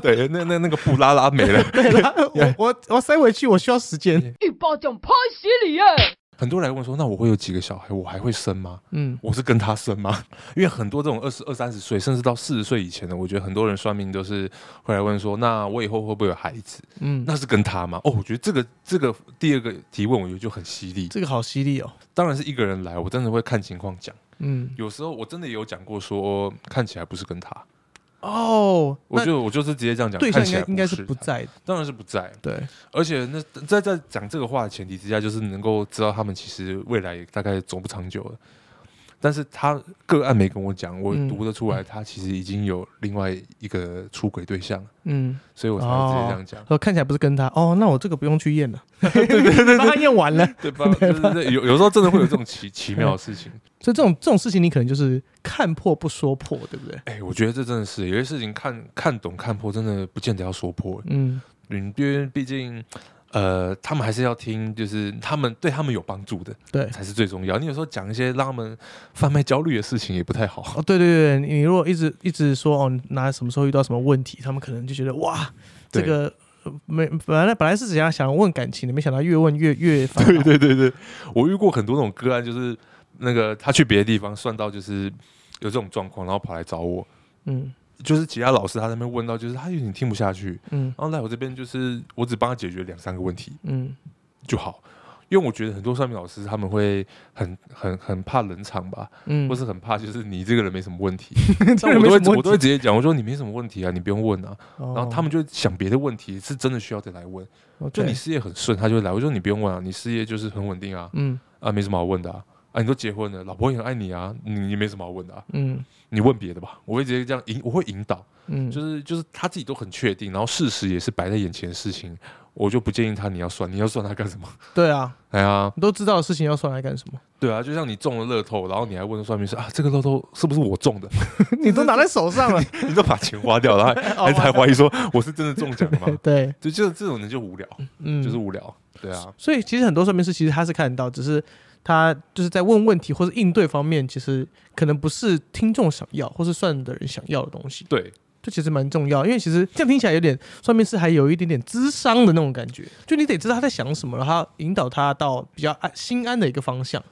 对，那那那个布拉拉没了。
对啦，我我我塞回去，我需要时间。
一巴掌拍死你啊耶！
很多人来问说，那我会有几个小孩，我还会生 吗？
嗯，
我是跟他生吗？ 因为很多这种二十二三十岁，甚至到四十岁以前的，我觉得很多人算命都是会来问说，那我以后会不会有孩子？
嗯，
那是跟他吗？哦，我觉得这个这个第二个提问，我觉得就很犀利。
这个好犀利哦。
当然是一个人来，我真的会看情况讲。
嗯，
有时候我真的有讲过说，看起来不是跟他，
哦，
我
那
就我就是直接这样讲，
对
看
象
起
应
来
该应该是
是
不，在的，
当然是不在。
对，
而且那在在讲这个话的前提之下，就是能够知道他们其实未来也大概走不长久了。但是他个案没跟我讲，我
嗯
读得出来，他其实已经有另外一个出轨对象了，
嗯，
所以我才会直接这样讲。
我呃看起来不是跟他，哦，那我这个不用去验 了，帮他验完了。
对吧？就是这有有时候真的会有这种奇奇妙的事 情。
所以这种这种事情，你可能就是看破不说破，对不对？
哎、我觉得这真的是有些事情看看懂看破，真的不见得要说破、
嗯，
嗯，因为毕竟，呃，他们还是要听，就是他们对他们有帮助的
对。
才是最重要。你有时候讲一些让他们贩卖焦虑的事情也不太好。
哦，对对对，你你如果一直一直说哦，你拿什么时候遇到什么问题，他们可能就觉得哇，这
对
个呃没本来本来是怎样想问感情的，没想到越问越越 烦恼。
对对对，我遇过很多那种个案，就是那个他去别的地方算到就是有这种状况，然后跑来找我，
嗯
就是其他老师他在那边问到，就是他有点听不下去，
嗯
然后来我这边就是我只帮他解决两三个问题
嗯，
就好。因为我觉得很多算命老师他们会很很很怕冷场吧，
嗯，
或是很怕，就是你这个人没什么问题，
这
但
个
我
没什
都
么
会
问
我
题
都会直接讲，我说你没什么问题啊，你不用问啊。
哦，
然后他们就想别的问题，是真的需要再来问。就
OK
你事业很顺，他就会来。我说你不用问啊，你事业就是很稳定啊，
嗯
啊没什么好问的啊，啊你都结婚了，老婆也很爱你啊，你你没什么好问的啊，
嗯
你问别的吧。我会直接这样引，我会引导，
嗯，
就是是就是他自己都很确定，然后事实也是摆在眼前的事情，我就不建议他你要算，你要算他干什么？
对啊，
哎呀，
你都知道的事情要算来干什 么？
对啊，就像你中了乐透，然后你还问算命师啊，这个乐透是不是我中的？
你都拿在手上了，
你都把钱花掉了，还还
还
还怀疑说我是真的中奖了 吗？
对，
就就这种人就无聊，
嗯，
就是无聊。对啊，
所以其实很多算命师其实他是看得到，只是他就是在问问题或是应对方面，其实可能不是听众想要或是算的人想要的东西，
对，
这其实蛮重要。因为其实这样听起来有点算命师还有一点点智商的那种感觉，就你得知道他在想什么，然后引导他到比较安心安的一个方向。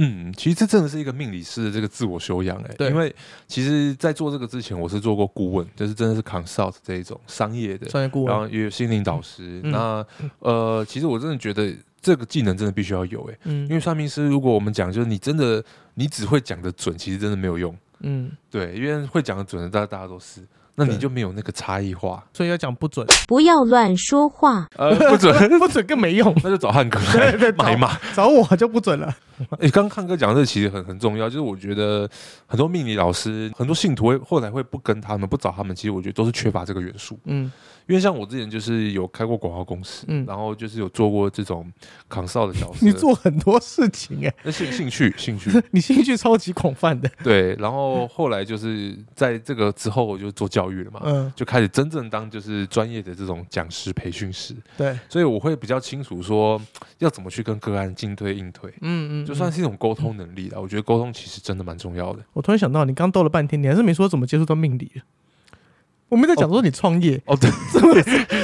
嗯，其实这真的是一个命理师的这个自我修养哎、
对
因为其实，在做这个之前，我是做过顾问，就是真的是 consult 这一种商业的，
专业顾
然
问，
后也有心灵导师。
嗯
那呃，其实我真的觉得这个技能真的必须要有哎、
嗯
因为算命师，如果我们讲就是你真的你只会讲的准，其实真的没有用。
嗯
对，因为会讲的准的，大大家都是。那你就没有那个差 异化，
所以要讲不准，
不要乱说话，
呃，不准，
不准更没用。
那就找汉哥
对
来
对
买嘛。
找我就不准了。
诶，刚刚汉哥讲的这其实很很重要，就是我觉得很多命理老师，很多信徒会后来会不跟他们，不找他们，其实我觉得都是缺乏这个元素。
嗯
因为像我之前就是有开过广告公司，
嗯
然后就是有做过这种 consult 的角色，
你做很多事情哎、
那兴兴趣兴 趣
你兴趣超级广泛的。
对，然后后来就是在这个之后我就做教育了嘛，
嗯，
就开始真正当就是专业的这种讲师培训师，
对，
所以我会比较清楚说要怎么去跟个案进退应对，
嗯嗯
就算是一种沟通能力啦。我觉得沟通其实真的蛮重要的。
我突然想到，你刚逗了半天，你还是没说怎么接触到命理的。我们在讲说你创业，
哦，对，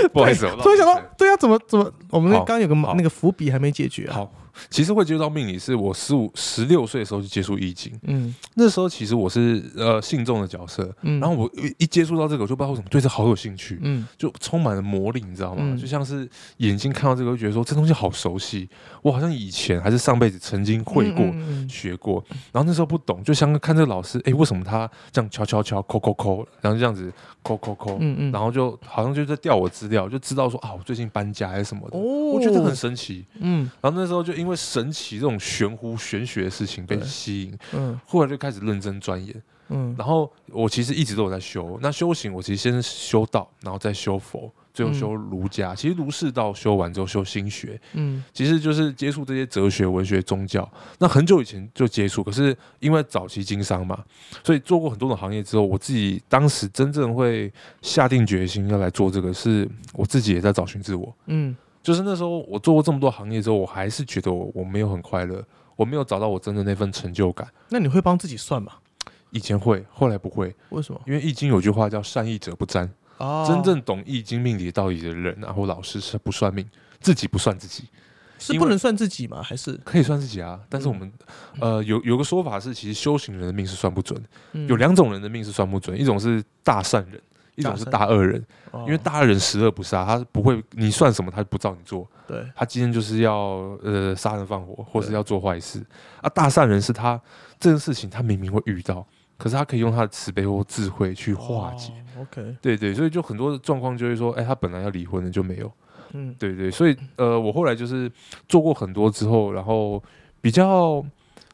不好意思，
对
我
突然想
绕
到
了，
对啊，怎么怎么，我们那
好
刚刚有个
好
那个伏笔还没解决啊。
好，其实会接触到命理是我十五十六岁的时候就接触易经，
嗯
那时候其实我是呃信众的角色，
嗯，
然后我一一接触到这个，我就不知道为什么对这好有兴趣，
嗯
就充满了魔力，你知道吗？
嗯
就像是眼睛看到这个，就觉得说这东西好熟悉，我好像以前还是上辈子曾经会过。
嗯嗯嗯
学过，然后那时候不懂，就像看这个老师，哎，为什么他这样敲敲敲、扣扣扣，然后这样子扣扣扣，
嗯嗯
然后就好像就在调我资料，就知道说啊，我最近搬家还是什么的，
哦
我觉得很神奇。
嗯
然后那时候就因为神奇这种玄乎玄学的事情被
对
吸引，
嗯
后来就开始认真钻研。
嗯，
然后我其实一直都有在修，那修行我其实先是修道，然后再修佛，最后修儒家。其实儒释道修完之后修心学，
嗯
其实就是接触这些哲学、文学、宗教。那很久以前就接触，可是因为早期经商嘛，所以做过很多种行业之后，我自己当时真正会下定决心要来做这个，是我自己也在找寻自我。
嗯
就是那时候我做过这么多行业之后，我还是觉得我我没有很快乐，我没有找到我真的那份成就感。
那你会帮自己算吗？
以前会，后来不会，
为什么？
因为易经有句话叫“善易者不占”，
哦
真正懂易经命理道理的人啊，或老师是不算命，自己不算自己，
是
因
不
为
能算自己吗？还是
可以算自己啊。但是我们、呃有有个说法是，其实修行人的命是算不准，
嗯
有两种人的命是算不准，一种是大善人。一种是大恶人，
哦
因为大恶人十恶不杀，他不会你算什么，他不照你做。
对
他今天就是要呃杀人放火，或是要做坏事啊。大善人是他这件事情，他明明会遇到，可是他可以用他的慈悲或智慧去化解。
哦 OK，
对对，所以就很多的状况就会说，哎，他本来要离婚的就没有，
嗯
对对，所以呃，我后来就是做过很多之后，然后比较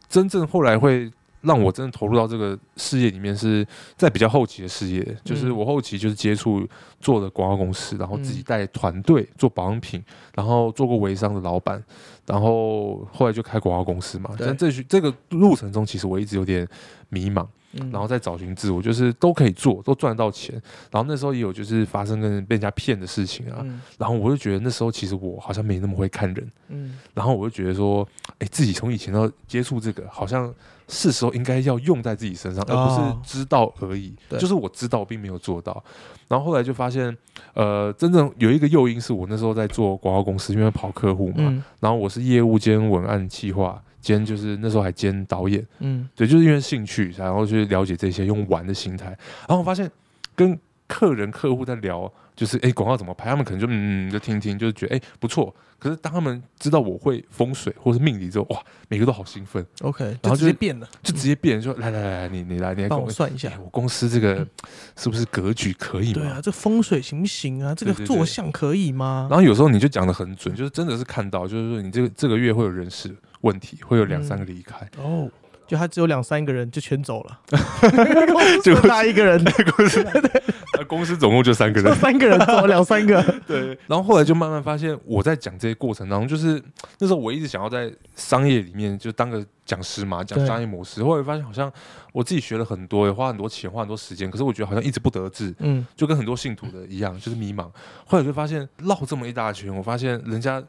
真正后来会让我真的投入到这个事业里面，是在比较后期的事业，就是
嗯
我后期就是接触做的广告公司，然后自己
嗯
带团队做保养品，然后做过微商的老板，然后后来就开广告公司嘛。
对
但这这个路程中，其实我一直有点迷茫。
嗯，
然后再找寻自我，就是都可以做，都赚得到钱。然后那时候也有就是发生跟被人家骗的事情啊，
嗯
然后我就觉得那时候其实我好像没那么会看人，
嗯
然后我就觉得说，哎，自己从以前到接触这个，好像是时候应该要用在自己身上，而不
哦
是知道而已。
对
就是我知道，并没有做到。然后后来就发现，呃，真正有一个诱因是我那时候在做广告公司，因为跑客户嘛，
嗯
然后我是业务兼文案企划。兼就是那时候还兼导演，
嗯
对，就是因为兴趣，然后去了解这些，用玩的心态。然后我发现跟客人、客户在聊，就是哎广告怎么拍，他们可能就嗯就听听，就是觉得哎不错。可是当他们知道我会风水或是命理之后，哇，每个都好兴奋，
OK，然后
后就
直接变了，
就直接变成说来来来，你你来你来跟
帮我算一下嗯
哎我公司这个是不是格局可以
对
吗
啊，？这风水行不行啊？这个
对对对
坐向可以吗？
然后有时候你就讲的很准，就是真的是看到，就是说你这个这个月会有人事问题，会有两三个离开，
哦，就他只有两三个人就全走 了，就他一个 人，
公司公司总共就三个人
就，三个人走两三个，
对，然后后来就慢慢发现，我在讲这些过程当中，就是那时候我一直想要在商业里面就当个讲师嘛，讲
对
商业模式。后来发现好像我自己学了很多，也花很多钱，花很多时间，可是我觉得好像一直不得志，
嗯
就跟很多信徒的一样，就是迷茫。后来就发现绕这么一大圈，我发现人家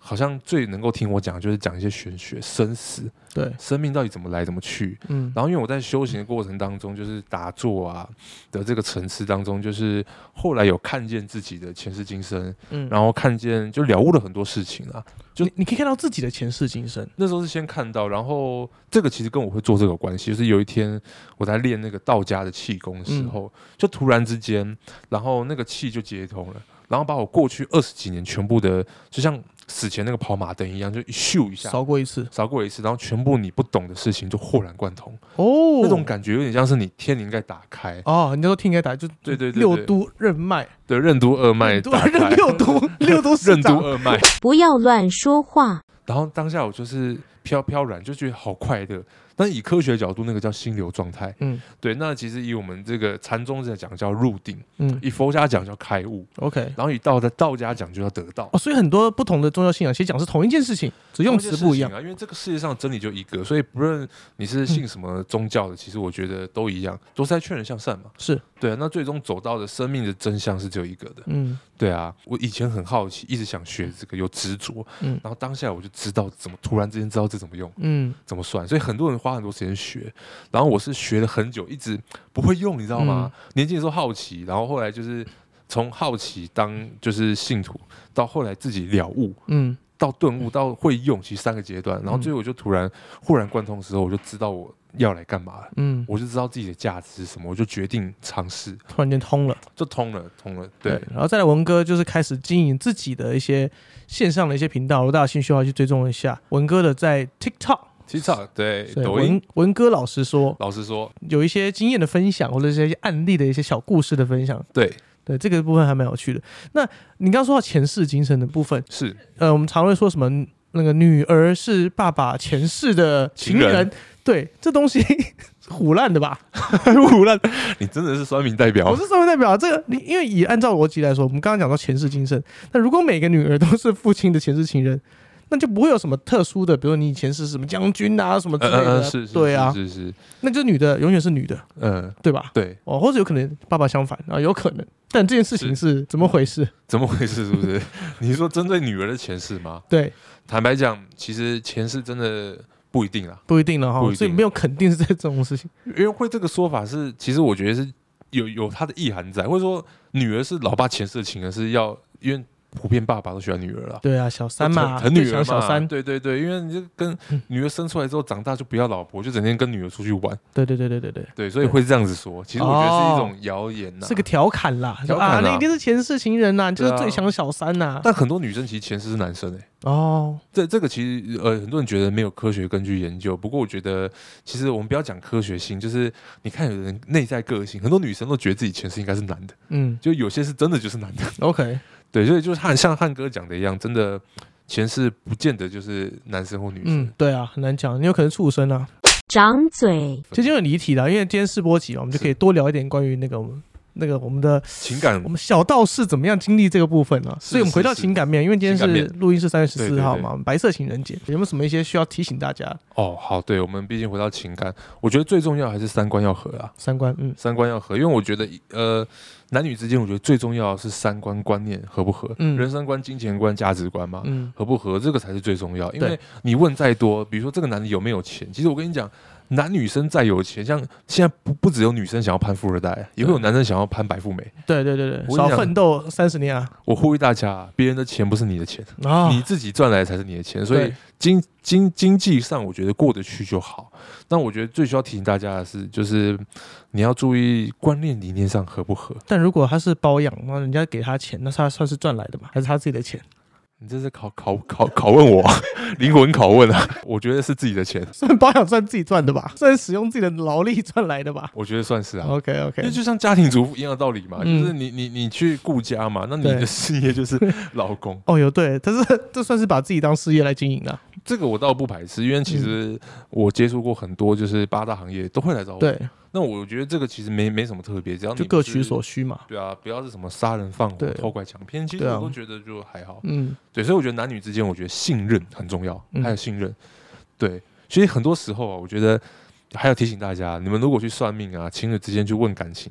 好像最能够听我讲，就是讲一些玄学、生死、
对，
生命到底怎么来、怎么去，
嗯
然后因为我在修行的过程当中，就是打坐啊的这个层次当中，就是后来有看见自己的前世今生，
嗯，
然后看见就了悟了很多事情啊。就
你你可以看到自己的前世今生，
那时候是先看到，然后这个其实跟我会做这个有关系，就是有一天我在
嗯
练那个道家的气功的时候，就突然之间，然后那个气就接通了，然后把我过去二十几年全部的，就像死前那个跑马灯一样，就一咻一下
扫过一次
扫过一次，然后全部你不懂的事情就豁然贯通，
哦，
那种感觉有点像是你天灵盖打开，
哦，你那时候听该打就
对对对对
六都任脉，
对，任督二脉
任督
打开，
六 都六都市
任督
长
二脉。
不要乱说话，
然后当下我就是飘飘然，就觉得好快乐。但以科学角度，那个叫心流状态。
嗯
对，那其实以我们这个禅宗在讲叫入定，
嗯
以佛家讲叫开悟，
，OK。
然后以道的道家讲就叫得道。
哦，所以很多不同的宗教信仰其实讲的是同一件事情，只用词不一样
同。件事情啊，因为这个世界上真理就一个，所以不论你是信什么宗教的，其实我觉得都一样，都是在劝人向善嘛。
是，
对啊，那最终走到的生命的真相是只有一个的。
嗯
对啊，我以前很好奇，一直想学这个，有执着，
嗯
然后当下我就知道怎么，突然之间知道这怎么用。
嗯，
怎么算，所以很多人花很多时间学，然后我是学了很久，一直不会用，你知道吗？
嗯
年轻的时候好奇，然后后来就是从好奇当就是信徒，到后来自己了悟，
嗯，
到顿悟，到会用，其实三个阶段，然后最后我就突然豁然贯通的时候，我就知道我要来干嘛了。
嗯，
我就知道自己的价值是什么，我就决定尝试，
突然间通了。
就通了，通了。对，
然后再来文哥就是开始经营自己的一些线上的一些频道，如果大家有兴趣的啊话去追踪一下文哥的在 TikTok，
其实啊对
对
抖音
文，文哥老师说
老实说，
有一些经验的分享，或者是一些案例的一些小故事的分享，
对，
对这个部分还蛮有趣的。那你刚刚说到前世今生的部分，
是
呃，我们常会说什么那个女儿是爸爸前世的情人，
情人
对这东西 胡乱的吧？
胡乱，你真的是酸民代表
我，是社会代表啊，这个你因为以按照逻辑来说，我们刚刚讲到前世今生，那如果每个女儿都是父亲的前世情人，那就不会有什么特殊的，比如你前世是什么将军啊什么之类
嗯嗯
的啊，
嗯，是，是
对啊，
是是是，
那这女的永远是女的，
嗯。
对吧？
对，
哦，或者有可能爸爸相反啊，有可能，但这件事情是怎么回事？
怎么回事？是不是？ 你是说针对女儿的前世吗？
对，
坦白讲，其实前世真的不一定啦，
不一定了
不一
哈，
定
所以没有肯定是在这种事情。
因为会这个说法是，其实我觉得是有有它的意涵在，或者说女儿是老爸前世的情人，是要因为普遍爸爸都喜欢女儿啦。
对啊，小三嘛，
疼疼女
对
儿嘛，
想小三，嗯
对对对，因为你就跟女儿生出来之后长大就不要老婆，就整天跟女儿出去玩，
对对对对对对，
对，所以会这样子说。其实我觉得是一种谣言呐、
是个调侃啦，
调侃啦
啊，那一定是前世情人呐，你就是
对啊
最想小三呐，
但很多女生其实前世是男生诶、
哦，
这这个其实呃，很多人觉得没有科学根据研究，不过我觉得其实我们不要讲科学性，就是你看有人内在个性，很多女生都觉得自己前世应该是男的，
嗯
就有些是真的就是男的，
，OK，
对，所以就是汉像汉哥讲的一样，真的前世不见得就是男生或女生，
嗯，对啊，很难讲，你有可能畜生啊，
掌嘴，
其实有点离题了，因为今天试播集嘛，我们就可以多聊一点关于那个我们那个我们的
情感
我们小道士怎么样经历这个部分啊。
是
所以我们回到
是是
情感面，因为今天
情感
是
面
录音是三月十
对
四
对
号
对
嘛，白色情人节，有没有什么一些需要提醒大家
哦，好，对我们毕竟回到情感，我觉得最重要还是三观要合啊，
三观？嗯，
三观要合，因为我觉得呃，男女之间我觉得最重要的是三观观念合不合，
嗯
人生观、金钱观、价值观嘛，
嗯，
合不合，这个才是最重要。因
对
为你问再多，比如说这个男的有没有钱，其实我跟你讲，男女生再有钱，像现在不不只有女生想要攀富二代，也会有男生想要攀白富美。
对对对对，
我跟你
少
讲
奋斗三十年啊，
我呼吁大家，别人的钱不是你的钱，
啊，
你自己赚来才是你的钱。所以
对
经经经济上，我觉得过得去就好。那我觉得最需要提醒大家的是，就是你要注意观念理念上合不合。
但如果他是包养，那人家给他钱，那他算是赚来的嘛，还是他自己的钱？
你这是考考考拷问我， 灵魂拷问啊！我觉得是自己的钱，
算包养算自己赚的吧， 算使用自己的劳力赚来的吧。
我觉得算是啊。
OK OK，
因为就像家庭主妇一样的道理嘛，
嗯
就是你你你去顾家嘛，那你
对
的事业就是 老公，
哦，有对，但是这算是把自己当事业来经营啊了。
这个我倒不排斥，因为其实我接触过很多就是八大行业都会来找我，
嗯对，
那我觉得这个其实没没什么特别，只要你
就
不
各
是
取所，需嘛。
对啊，不要是什么杀人放火
对、
偷拐抢骗，其实
对啊
我都觉得就还好，
嗯，
对，所以我觉得男女之间，我觉得信任很重要，
嗯
还有信任，对，其实很多时候啊，我觉得还要提醒大家，你们如果去算命啊，情侣之间去问感情，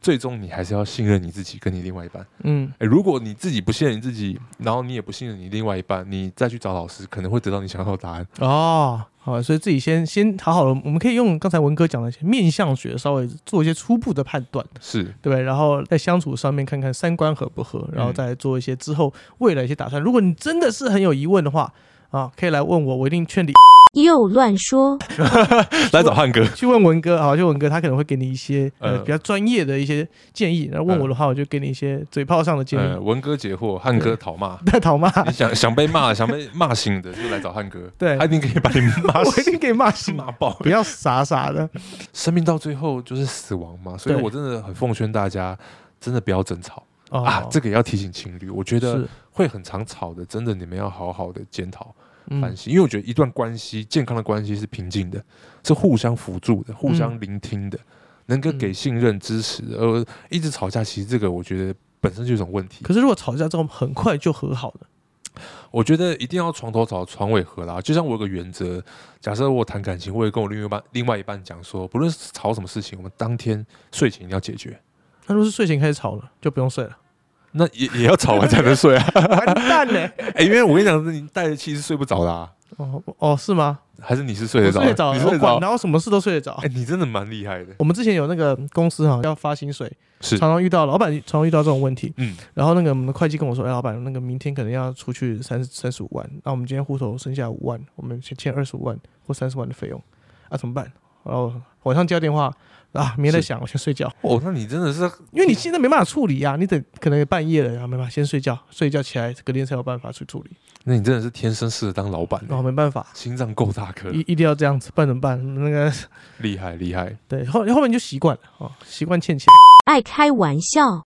最终你还是要信任你自己跟你另外一半。
嗯，
哎，如果你自己不信任你自己，然后你也不信任你另外一半，你再去找老师，可能会得到你想要的答案。
哦，好，所以自己先先好好了，我们可以用刚才文哥讲的一些面相学，稍微做一些初步的判断，
是
对不对？然后在相处上面看看三观合不合，然后再做一些之后未来一些打算。如果你真的是很有疑问的话，啊，可以来问我，我一定劝你
又乱说，
来找汉哥，
去问文哥， 好，去文哥，他可能会给你一些呃
呃
比较专业的一些建议。然后问我的话，我就给你一些嘴炮上的建
呃，
议。
文哥解惑，汉哥讨骂。
那讨骂，
你想想被骂，想被骂醒的，就来找汉哥，
对
他一定可以把你 骂
我一定
醒，
可以骂醒，
骂爆。
不要傻傻的。
生命到最后就是死亡嘛，所以
对
我真的很奉劝大家，真的不要争吵
哦
啊！这个也要提醒情侣，我觉得
是
会很常吵的，真的你们要好好的检讨反
嗯
省，因为我觉得一段关系，健康的关系是平静的，是互相辅助的，互
嗯
相聆听的，能够给信任、支持的，而一直吵架，其实这个我觉得本身就有一种问题。
可是如果吵架之后很快就和好了，
我觉得一定要床头吵，床尾和啦。就像我有个原则，假设我谈感情，我也跟我另外一半另外一半讲说，不论是吵什么事情，我们当天睡前一定要解决。
那如果是睡前开始吵了，就不用睡了，
那也也要吵 完才能睡啊！
完蛋呢。
哎、因为我跟你讲，你带着气是睡不着的、啊，
哦哦，是吗？
还是你是睡
我
得着的？
睡得着，
你睡
我
得
管，
着？
然后什么事都睡得着
哎、。你真的蛮厉害的。
我们之前有那个公司哈要发薪水，
是，
常常遇到老板常常遇到这种问题。
嗯，
然后那个我们的会计跟我说，哎，老板，那个明天可能要出去三三十五万，那我们今天户头剩下五万，我们先欠二十五万或三十万的费用，啊，怎么办？然后晚上接到电话啊，没在
是
想，我先睡觉，
哦，那你真的是
因为你现在没办法处理啊，你等可能半夜了，然后没办法，先睡觉，睡一觉起来隔天才有办法去处理，
那你真的是天生适合当老板、
然后
欸，
没办法，
心脏够大颗，
一嗯一定要这样子，不然怎么办？那个
厉害厉害。
对后后面就习惯了哦，习惯欠钱，
爱开玩笑，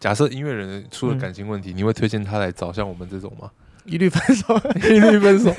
假设音乐人
嗯
出了感情问题，你会推荐他来找像我们这种吗？
一律分手。
一律分手。